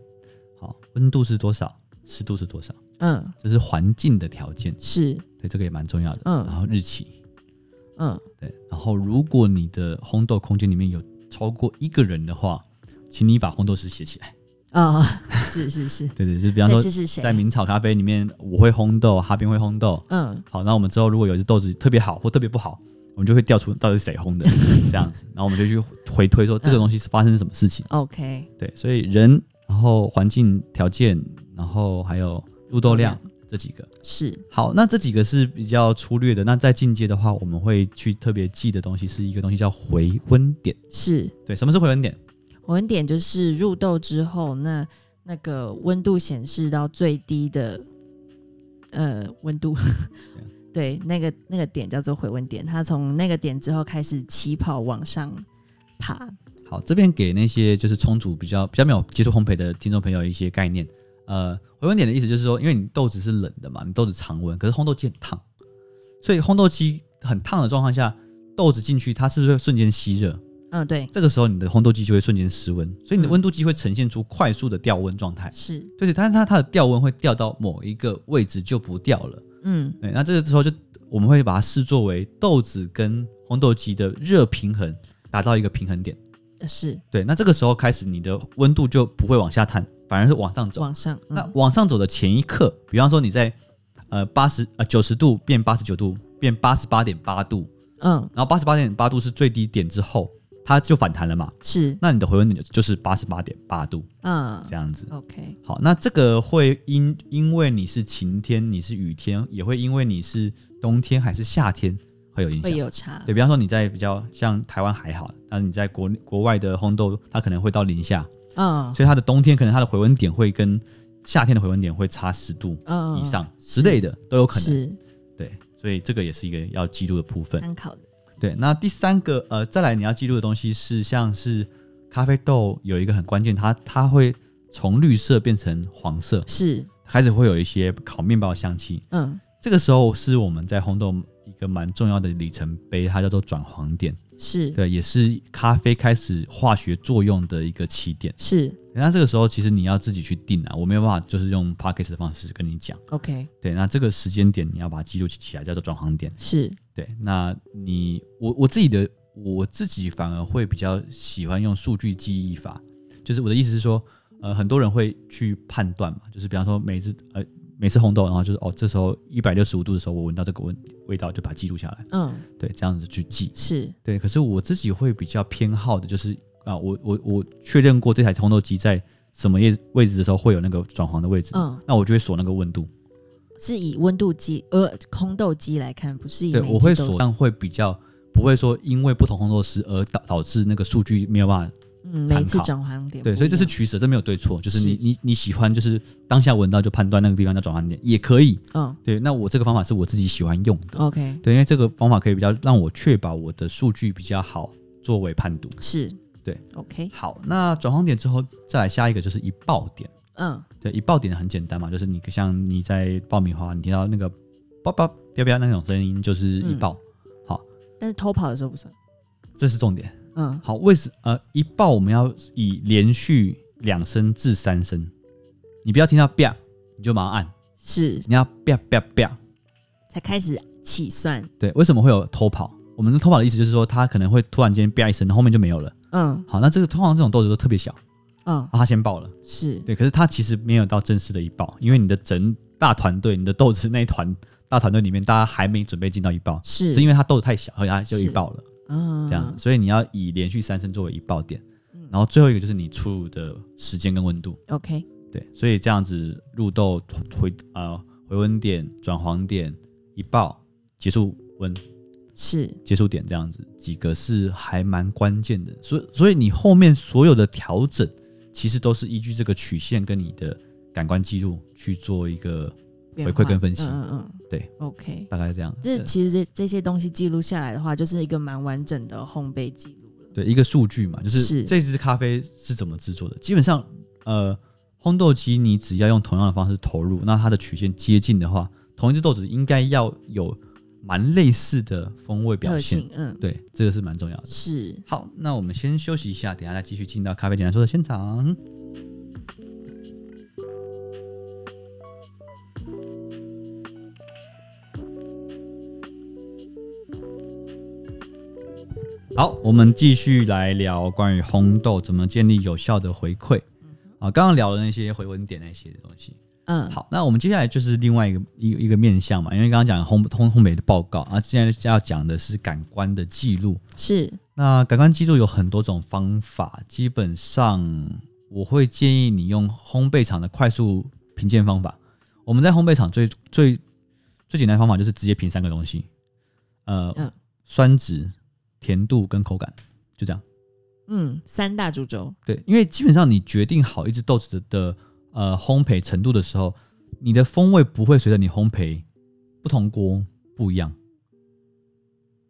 好，温度是多少，湿度是多少，
嗯
这是环境的条件。
是
对，这个也蛮重要的。
嗯
然后日期，
嗯
对，然后如果你的烘豆空间里面有超过一个人的话，请你把烘豆师写起来。
啊 是是是，
对对，就是比方
对
说
这，是谁
在？明草咖啡里面，我会烘豆，哈边会烘豆，
嗯
好，那我们之后如果有一只豆子特别好或特别不好，我们就会调出到底是谁烘 的这样子，然后我们就去回推说这个东西是发生什么事情。
OK
对，所以人，然后环境条件，然后还有入豆量这几个。
是
好，那这几个是比较粗略的。那在进阶的话，我们会去特别记的东西是一个东西叫回温点。
是
对，什么是回温点？
火温点就是入豆之后，那那个温度显示到最低的呃温度， 对，那个那个点叫做回温点，它从那个点之后开始起跑往上爬，
好，这边给那些就是冲煮比较比较没有接触烘焙的听众朋友一些概念。呃，回温点的意思就是说，因为你豆子是冷的嘛，你豆子常温，可是烘豆机很烫，所以烘豆机很烫的状况下，豆子进去它是不是会瞬间吸热？
嗯，对，
这个时候你的烘豆机就会瞬间失温，所以你的
嗯
温度计会呈现出快速的掉温状态。
是，
对，但是它它的掉温会掉到某一个位置就不掉了。
嗯
对，那这个时候就我们会把它视作为豆子跟烘豆机的热平衡达到一个平衡点。
是
对，那这个时候开始，你的温度就不会往下探，反而是往上走。
往上，嗯、
那往上走的前一刻，比方说你在呃八十呃九十度变八十九度，变八十八点八度，
嗯
然后八十八点八度是最低点之后，它就反弹了嘛。
是，
那你的回温点就是八十八点八度
嗯
这样子。
，OK，
好，那这个会因因为你是晴天，你是雨天，也会因为你是冬天还是夏天会有影响
会。有啊差，
对比方说你在比较像台湾还好，但是你在国国外的烘豆，它可能会到零下，
嗯
所以它的冬天可能它的回温点会跟夏天的回温点会差十度
嗯
以上之类的都有可能。
是
对，所以这个也是一个要记录的部分。
参考的，
对，那第三个呃，再来你要记录的东西是像是咖啡豆有一个很关键，它它会从绿色变成黄色，
是，
开始会有一些烤面包的香气。
嗯
这个时候是我们在烘豆一个蛮重要的里程碑，它叫做转黄点。
是
对，也是咖啡开始化学作用的一个起点。
是
那这个时候其实你要自己去定啊，我没有办法就是用 p o c k e t 的方式跟你讲。
OK，
对，那这个时间点你要把它记录起来，叫做转行点。
是
对，那你我我自己的我自己反而会比较喜欢用数据记忆法，就是我的意思是说，呃，很多人会去判断嘛，就是比方说每次呃每次红豆，然后就是哦这时候一百六十五度的时候，我闻到这个味味道就把它记录下来，
嗯
对，这样子去记。
是
对，可是我自己会比较偏好的就是啊，我我我确认过这台烘豆机在什么位位置的时候会有那个转黄的位置，
嗯，
那我就会锁那个温度。
是以温度计呃空豆机来看，不是以
对，
每
我
只
会
豆
锁，
子
但会比较不会说因为不同烘豆师而导导致那个数据没有办法。
嗯
参
每一次
考
转行点
对，
不
所以
一
这是
样
取舍，这没有对错，就是
是
你你你喜欢就是当下闻到就判断那个地方叫转换点也可以。
嗯
对，那我这个方法是我自己喜欢用的，
OK
对，因为这个方法可以比较让我确保我的数据比较好作为判读。
是，
对
OK
好，那转换点之后，再来下一个就是一爆点。
嗯
对，一爆点很简单嘛，就是你像你在爆米花，你听到那个叭叭叭叭那种声音，就是一爆。
但是偷跑的时候不算，
这是重点。
嗯
好，为什呃一爆我们要以连续两声至三声，你不要听到啪你就马上按，
是
你要啪啪啪。
才开始起算，
对，为什么会有偷跑？我们的偷跑的意思就是说，它可能会突然间啪一声，后面就没有了。
嗯
好，那这个通常这种豆子都特别小，
嗯
啊，它先爆了。
是
对，可是它其实没有到正式的一爆，因为你的整大团队，你的豆子那一团大团队里面，大家还没准备进到一爆，
是
是因为它豆子太小，而且它就是一爆了
嗯嗯
这样子，所以你要以连续三声作为一爆点，然后最后一个就是你出炉的时间跟温度，
OK
对，所以这样子入豆回呃回温点、转黄点、一爆结束温
是
结束点这样子几个是还蛮关键的，所以所以你后面所有的调整其实都是依据这个曲线跟你的感官记录去做一个，
变
回馈
化
跟分析
嗯嗯嗯，
对
，OK。
大概这样，
这
对
其实这这些东西记录下来的话，就是一个蛮完整的烘焙记录了。
对一个数据嘛，就是是这支咖啡是怎么制作的，基本上呃烘豆机你只要用同样的方式投入，那它的曲线接近的话，同一只豆子应该要有蛮类似的风味表
特
现
性，，嗯，
对，这个是蛮重要的。
是
好，那我们先休息一下，等一下再继续进到咖啡简单说的现场。好，我们继续来聊关于烘豆怎么建立有效的回馈。啊，刚刚聊了那些回文点那些东西。
嗯，
好，那我们接下来就是另外一个一个一个面向嘛，因为刚刚讲烘烘烘焙的报告啊，现在要讲的是感官的记录。
是
那感官记录有很多种方法，基本上我会建议你用烘焙厂的快速评鉴方法。我们在烘焙厂最最最简单的方法就是直接评三个东西，呃，
嗯
酸质、甜度跟口感，就这样。
嗯，三大主轴
对，因为基本上你决定好一只豆子的的呃烘焙程度的时候，你的风味不会随着你烘焙不同锅不一样。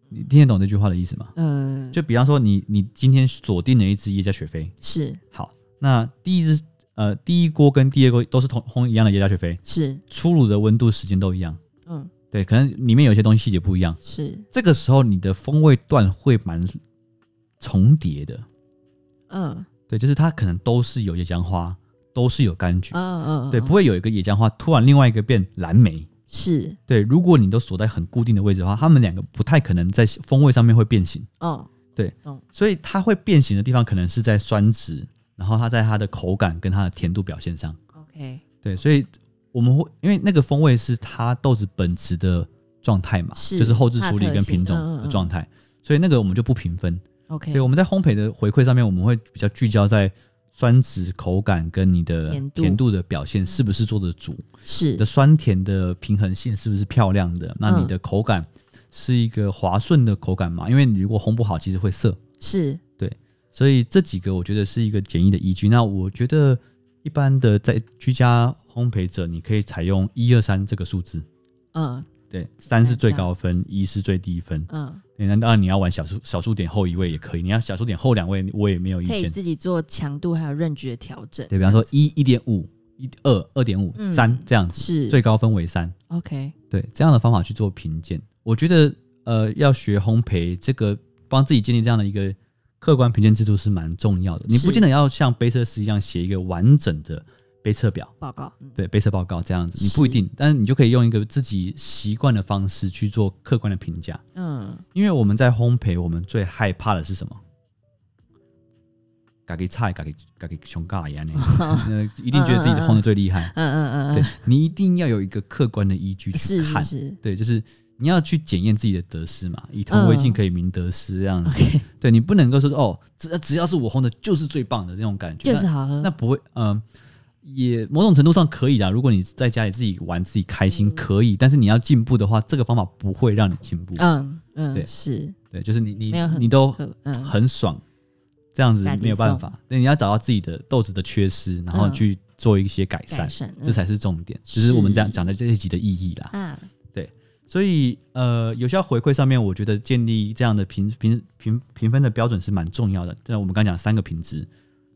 你听得懂这句话的意思吗？
嗯，
就比方说你你今天锁定了一只耶加雪菲，
是
好，那第一只呃第一锅跟第二锅都是同烘一样的耶加雪菲，
是，
出炉的温度时间都一样，
嗯，
对，可能里面有些东西细节不一样，
是，
这个时候你的风味段会蛮重叠的，
嗯，
对，就是它可能都是有野姜花，都是有柑橘，
嗯嗯，
对，
嗯
不会有一个野姜花突然另外一个变蓝莓。
是，
对，如果你都锁在很固定的位置的话，它们两个不太可能在风味上面会变形。
哦，
所以它会变形的地方可能是在酸质，然后它在它的口感跟它的甜度表现上。
，OK，
对，所以我们会因为那个风味是它豆子本质的状态嘛，
是
就是后置处理
它
跟
的特性
品种
嗯嗯嗯
的状态，所以那个我们就不评分，
OK，
对，我们在烘焙的回馈上面，我们会比较聚焦在酸质、口感跟你的
甜度嗯
甜度的表现是不是做得足，
是
你的酸甜的平衡性是不是漂亮的，那
嗯
你的口感是一个滑顺的口感嘛？因为你如果烘不好，其实会涩。
是
所以这几个我觉得是一个简易的依据。那我觉得一般的在居家烘焙者，你可以采用一二三这个数字，
嗯
对，三是最高分，一是最低分。
嗯，
对那当然你要玩小数小数点后一位也可以，你要小数点后两位我也没有意
可以
见。
自己做强度还有认知的调整。
对，比方说一一点五、一二二点五、
嗯
三这样子，
是
最高分为三。
OK，
对，这样的方法去做评鉴，我觉得呃要学烘焙这个，帮自己建立这样的一个客观评鉴制度是蛮重要的。你
是
不见得要像杯测师一样写一个完整的杯测表，
报告，嗯
对杯测报告这样子，你不一
是
定，但是你就可以用一个自己习惯的方式去做客观的评价。
嗯，
因为我们在烘焙，我们最害怕的是什么？嘎给菜，嘎给嘎给熊嘎一样呢， 呃一定觉得自己烘的最厉害。
嗯嗯嗯
对嗯
嗯，
你一定要有一个客观的依据去
是是
看，
是
对，就是你要去检验自己的得失嘛，以铜为镜
嗯
可以明得失这样子。
，OK，
对你不能够说哦，只只要是我烘的，就是最棒的那种感觉，
就是
那
好喝。
那不会，嗯、也某种程度上可以的。如果你在家里自己玩自己开心，
嗯
可以，但是你要进步的话，这个方法不会让你进步。
嗯嗯
对
是，
对，就是你你
没有很
你都
可嗯
很爽，这样子
打地
没有办法。对，你要找到自己的豆子的缺失，然后
嗯
去做一些改善，
改善，
这
嗯
才是重点。只是我们
是
这样讲的这一集的意义啦。
啊
所以呃，有效回馈上面，我觉得建立这样的评评评评分的标准是蛮重要的。这我们刚讲三个品质：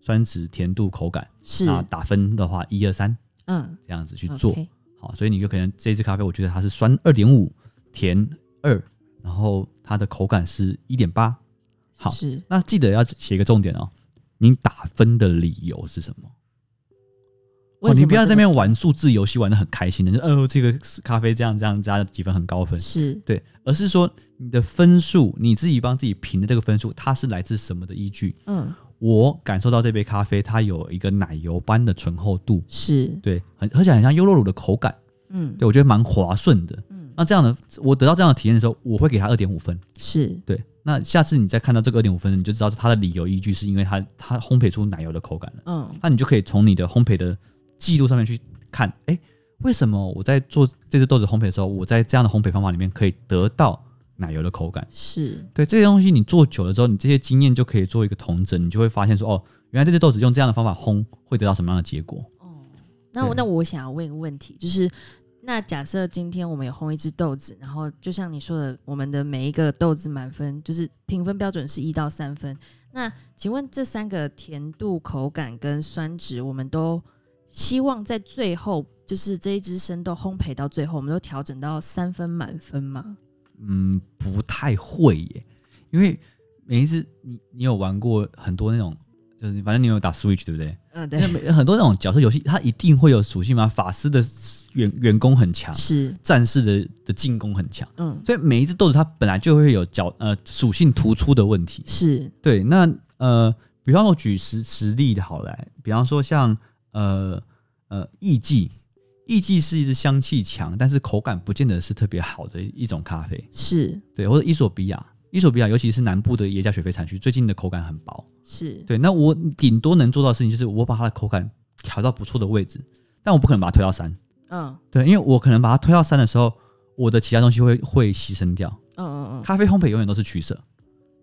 酸质、甜度、口感。
是
那打分的话，一二三
嗯
这样子去做。
OK，
好，所以你就可能这支咖啡，我觉得它是酸二点五，甜二，然后它的口感是一点八。好
是
那记得要写一个重点哦，你打分的理由是什么？
为
哦，
什
你
么
不要在那
这个
边玩数字游戏玩的很开心的，就哦这个咖啡这样这样加几分很高分，
是
对，而是说你的分数你自己帮自己评的这个分数，它是来自什么的依据？
嗯
我感受到这杯咖啡它有一个奶油般的醇厚度，
是
对，很喝起来很像优酪乳的口感，
嗯
对我觉得蛮滑顺的。那这样的我得到这样的体验的时候，我会给它二点五分。
是
对，那下次你再看到这个二点五分，你就知道它的理由依据是因为它它烘焙出奶油的口感了。
嗯
那你就可以从你的烘焙的记录上面去看，哎、为什么我在做这只豆子烘焙的时候，我在这样的烘焙方法里面可以得到奶油的口感？
是
对这些东西，你做久了之后，你这些经验就可以做一个统整，你就会发现说，哦，原来这只豆子用这样的方法烘会得到什么样的结果？
那我
对
那我想要问一个问题，就是那假设今天我们有烘一只豆子，然后就像你说的，我们的每一个豆子满分就是评分标准是一到三分。那请问这三个甜度、口感跟酸质，我们都希望在最后，就是这一只生豆烘焙到最后，我们都调整到三分满分吗？
嗯，不太会耶，因为每一次你你有玩过很多那种，就是反正你有打 Switch 对不对？
嗯，
因为
对，
每很多那种角色游戏，它一定会有属性嘛。法师的员员工很强，
是，
战士的的进攻很强，
嗯，
所以每一只豆子它本来就会有角呃属性突出的问题。
是，
对，那呃，比方说我举实实例的好来，比方说像呃呃艺妓，艺妓是一只香气强，但是口感不见得是特别好的一种咖啡。
是，
对，或者伊索比亚，伊索比亚尤其是南部的耶加雪菲产区，最近的口感很薄。
是，
对，那我顶多能做到的事情就是我把它的口感调到不错的位置，但我不可能把它推到三。
嗯，
对，因为我可能把它推到三的时候，我的其他东西会会牺牲掉。
嗯嗯嗯，
咖啡烘焙永远都是取舍，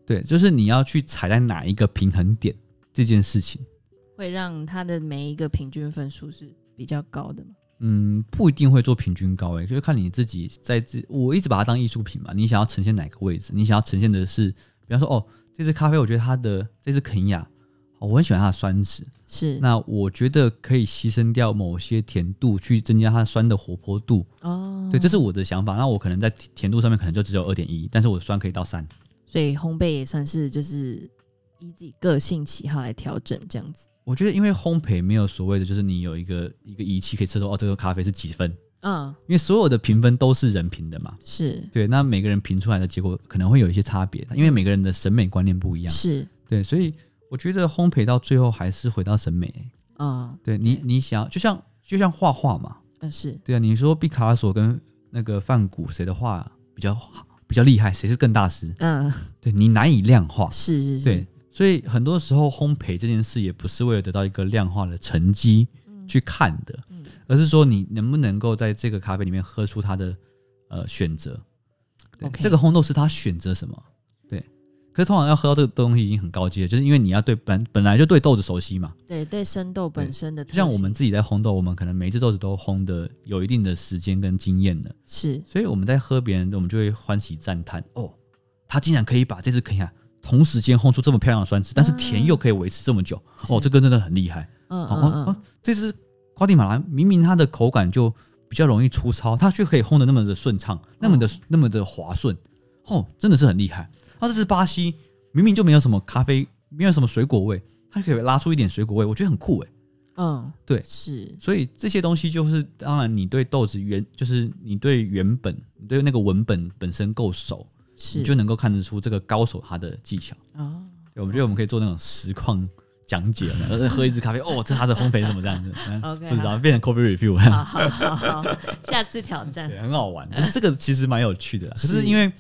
对，就是你要去踩在哪一个平衡点这件事情，
会让它的每一个平均分数是比较高的吗？
嗯，不一定会做平均高诶、欸就是看你自己在自，我一直把它当艺术品嘛，你想要呈现哪个位置，你想要呈现的是，比方说哦，这支咖啡，我觉得它的这支肯亚，哦我很喜欢它的酸质，
是，
那我觉得可以牺牲掉某些甜度去增加它酸的活泼度，
哦，
对，这是我的想法。那我可能在甜度上面可能就只有二点一，但是我酸可以到三。
所以烘焙也算是就是依自己个性喜好来调整这样子。
我觉得因为烘焙没有所谓的，就是你有一个一个仪器可以测出哦，这个咖啡是几分，
嗯，
因为所有的评分都是人评的嘛。
是
对，那每个人评出来的结果可能会有一些差别，因为每个人的审美观念不一样。
是
对，所以我觉得烘焙到最后还是回到审美。
啊，
对你，你想要就像就像画画嘛，
嗯是
对啊，你说毕卡索跟那个梵谷谁的画比较好，比较厉害，谁是更大师，
嗯，
对你难以量化。
是是是，
哦对，所以很多时候烘焙这件事也不是为了得到一个量化的成绩去看的，而是说你能不能够在这个咖啡里面喝出它的呃选择。对
OK
这个烘豆是他选择什么？对，可是通常要喝到这个东西已经很高阶了，就是因为你要对本本来就对豆子熟悉嘛。
对对，生豆本身的特
就
性，
像我们自己在烘豆，我们可能每一只豆子都烘的有一定的时间跟经验的，
是
所以我们在喝别人的，我们就会欢喜赞叹哦，他竟然可以把这只肯亚同时间烘出这么漂亮的酸值，但是甜又可以维持这么久，哦，
是
这个真的很厉害。
嗯
好、哦
嗯
哦
嗯，，
这只瓜地马拉明明它的口感就比较容易粗糙，它却可以烘的那么的顺畅，那么的、
嗯
那么的滑顺，哦，真的是很厉害。它、这只巴西明明就没有什么咖啡，没有什么水果味，它就可以拉出一点水果味，我觉得很酷诶。
嗯，
对
是
所以这些东西就是，当然你对豆子原就是你对原本你对那个文本本身够熟，
是，
你就能够看得出这个高手他的技巧。
哦，
对我觉得我们可以做那种实况讲解嘛，然后喝一支咖啡，哦，这是他的烘焙什么这样子，嗯
OK，
不知道变成 coffee review，
好好好好，下次挑战
对，很好玩。就是这个其实蛮有趣的啦，可
是
是因为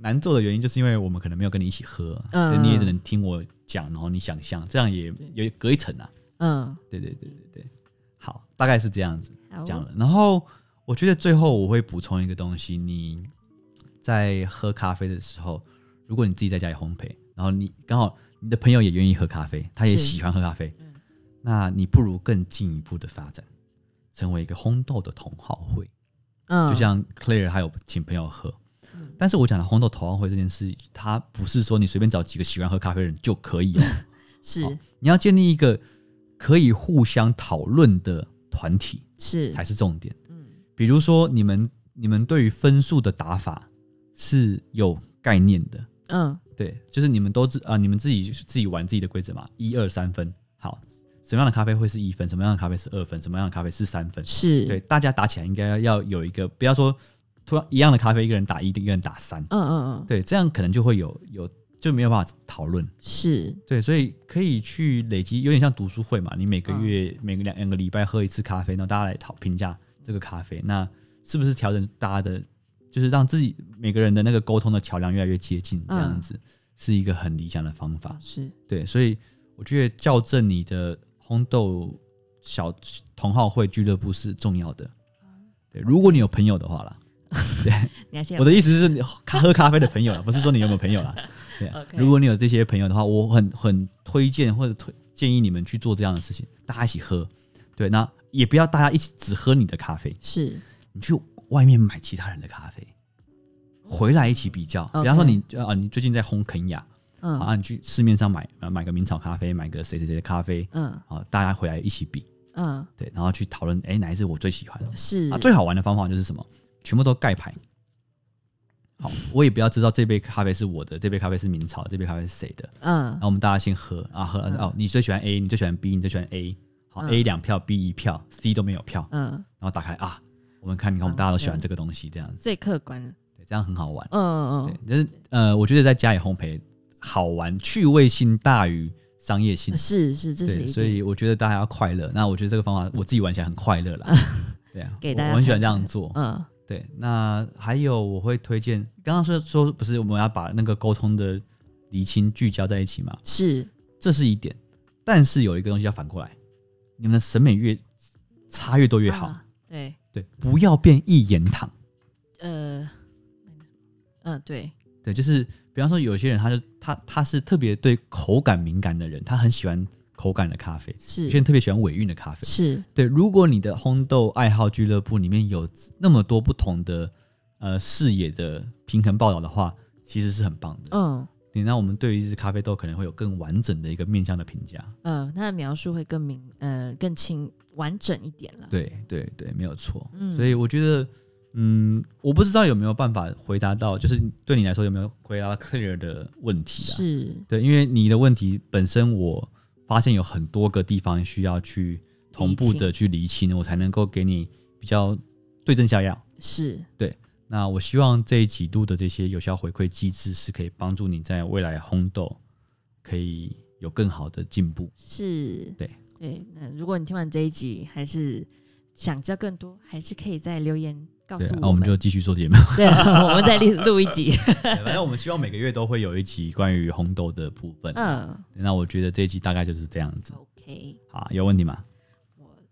难做的原因，就是因为我们可能没有跟你一起喝，
嗯
所以你也只能听我讲，然后你想象，这样也有隔一层啊。
嗯，
对对对对对，好，大概是这样子。
好
讲了。然后我觉得最后我会补充一个东西，你在喝咖啡的时候，如果你自己在家里烘焙，然后你刚好你的朋友也愿意喝咖啡，他也
是嗯
喜欢喝咖啡，那你不如更进一步的发展，成为一个烘豆的同好会，
嗯，
就像 Claire 还有请朋友喝。但是我讲的烘豆同好会这件事，它不是说你随便找几个喜欢喝咖啡的人就可 以、哦，好
是
你要建立一个可以互相讨论的团体。
是嗯
才是重点。比如说你们你们对于分数的打法是有概念的，
嗯
对，就是你们都知啊、你们自己自己玩自己的规则嘛，一二三分。好，什么样的咖啡会是一分，什么样的咖啡是二分，什么样的咖啡是三分？
是
对，大家打起来应该要有一个，不要说突然一样的咖啡，一个人打一，一个人打三，
嗯嗯嗯
对，这样可能就会有有就没有办法讨论。
是
对，所以可以去累积，有点像读书会嘛。你每个月、每个两两个礼拜喝一次咖啡，然后大家来讨评价这个咖啡，那是不是调整大家的，就是让自己每个人的那个沟通的桥梁越来越接近，这样子、是一个很理想的方法。
是
对，所以我觉得校正你的烘豆小同好会俱乐部是重要的。对，如果你有朋友的话啦，
你还先
我的意思是你咖喝咖啡的朋友啦，不是说你有没有朋友啦。对
OK
如果你有这些朋友的话，我很很推荐或者推建议你们去做这样的事情，大家一起喝。对，那也不要大家一起只喝你的咖啡，
是
你去外面买其他人的咖啡，回来一起比较。比方说你啊，你最近在烘肯雅，
哦嗯
啊，你去市面上买啊买个明草咖啡，买个谁谁谁的咖啡，
嗯
啊，大家回来一起比，
嗯
对，然后去讨论，哎、哪一支我最喜欢的？
是
啊，最好玩的方法就是什么？全部都盖牌。好，我也不要知道这杯咖啡是我的，这杯咖啡是明朝，这杯咖啡是谁的。
嗯
然后我们大家先喝啊喝啊哦，你最喜欢 A，你最喜欢 B，你最喜欢 A。好、
嗯
a 两票，B 一票，C 都没有票。
嗯
然后打开啊，我们看，你看我们大家都喜欢这个东西，这样子，
最客观的
对，这样很好玩。
嗯
对
嗯，
就是呃，我觉得在家里烘焙好玩，趣味性大于商业性
嗯。是是这是
对，
一
所
定
以我觉得大家要快乐。那我觉得这个方法我自己玩起来很快 乐啦。对啊，
给
我
大家
我很喜欢
参
这
考
样做。
嗯
对，那还有我会推荐，刚刚说说不是我们要把那个沟通的厘清聚焦在一起嘛，
是
这是一点，但是有一个东西要反过来，你们的审美越差越多越好，
啊对
对，不要变一言堂，
呃嗯对
对，就是比方说有些人他就他他是特别对口感敏感的人，他很喜欢口感的咖啡，有些
是
人特别喜欢尾韵的咖啡，
是
对，如果你的烘豆爱好俱乐部里面有那么多不同的呃视野的平衡报道的话，其实是很棒的。
嗯
对，那我们对于这支咖啡豆可能会有更完整的一个面向的评价。
嗯，它的描述会更明呃更清完整一点了。
对对对，没有错。
嗯
所以我觉得，嗯，我不知道有没有办法回答到，就是对你来说有没有回答到 clear 的问题啊？
是
对，因为你的问题本身，我发现有很多个地方需要去同步的去厘清，我才能够给你比较对症下药。
是
那我希望这一季度的这些有效回馈机制是可以帮助你在未来烘豆可以有更好的进步。
是，
对
对。那如果你听完这一集还是想知道更多，还是可以在留言告
对啊
诉，
那、
我
我们就继续做节目。
对，我们再录一 集。
对反正我们希望每个月都会有一集关于红豆的部分。
嗯
那我觉得这一集大概就是这样子。
，OK，
好，有问题吗？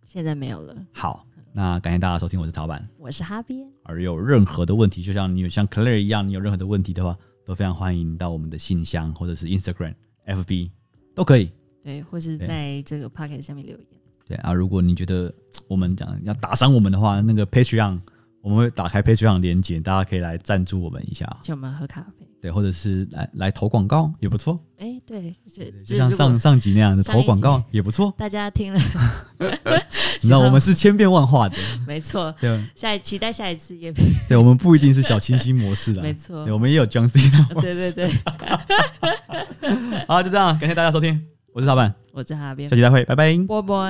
现在没有了。
好，那感谢大家收听，我是陶板。
我是哈边，
而有任何的问题，就像你有像 Claire 一样，你有任何的问题的话，都非常欢迎到我们的信箱或者是 Instagram、FB 都可以。
对，或是
对
在这个 p o c k e t 下面留言。
对啊，如果你觉得我们讲要打赏我们的话，那个 Patreon 我们会打开 Patreon 连接，大家可以来赞助我们一下，
请我们喝咖啡。
对，或者是来来投广告也不错，
哎、对，是
就是像
如果
上上集那样的
上一
投
集
广告也不 错。
大家听了，
你知道我们是千变万化的，
没错，
对
下一期待下一次也
对，我们不一定是小清新模式的，
没错
对，我们也有 John Cena 模
对对
式。
对，
好，就这样，感谢大家收听，我是老板，
我是哈边
下，期再会，拜拜。
波波。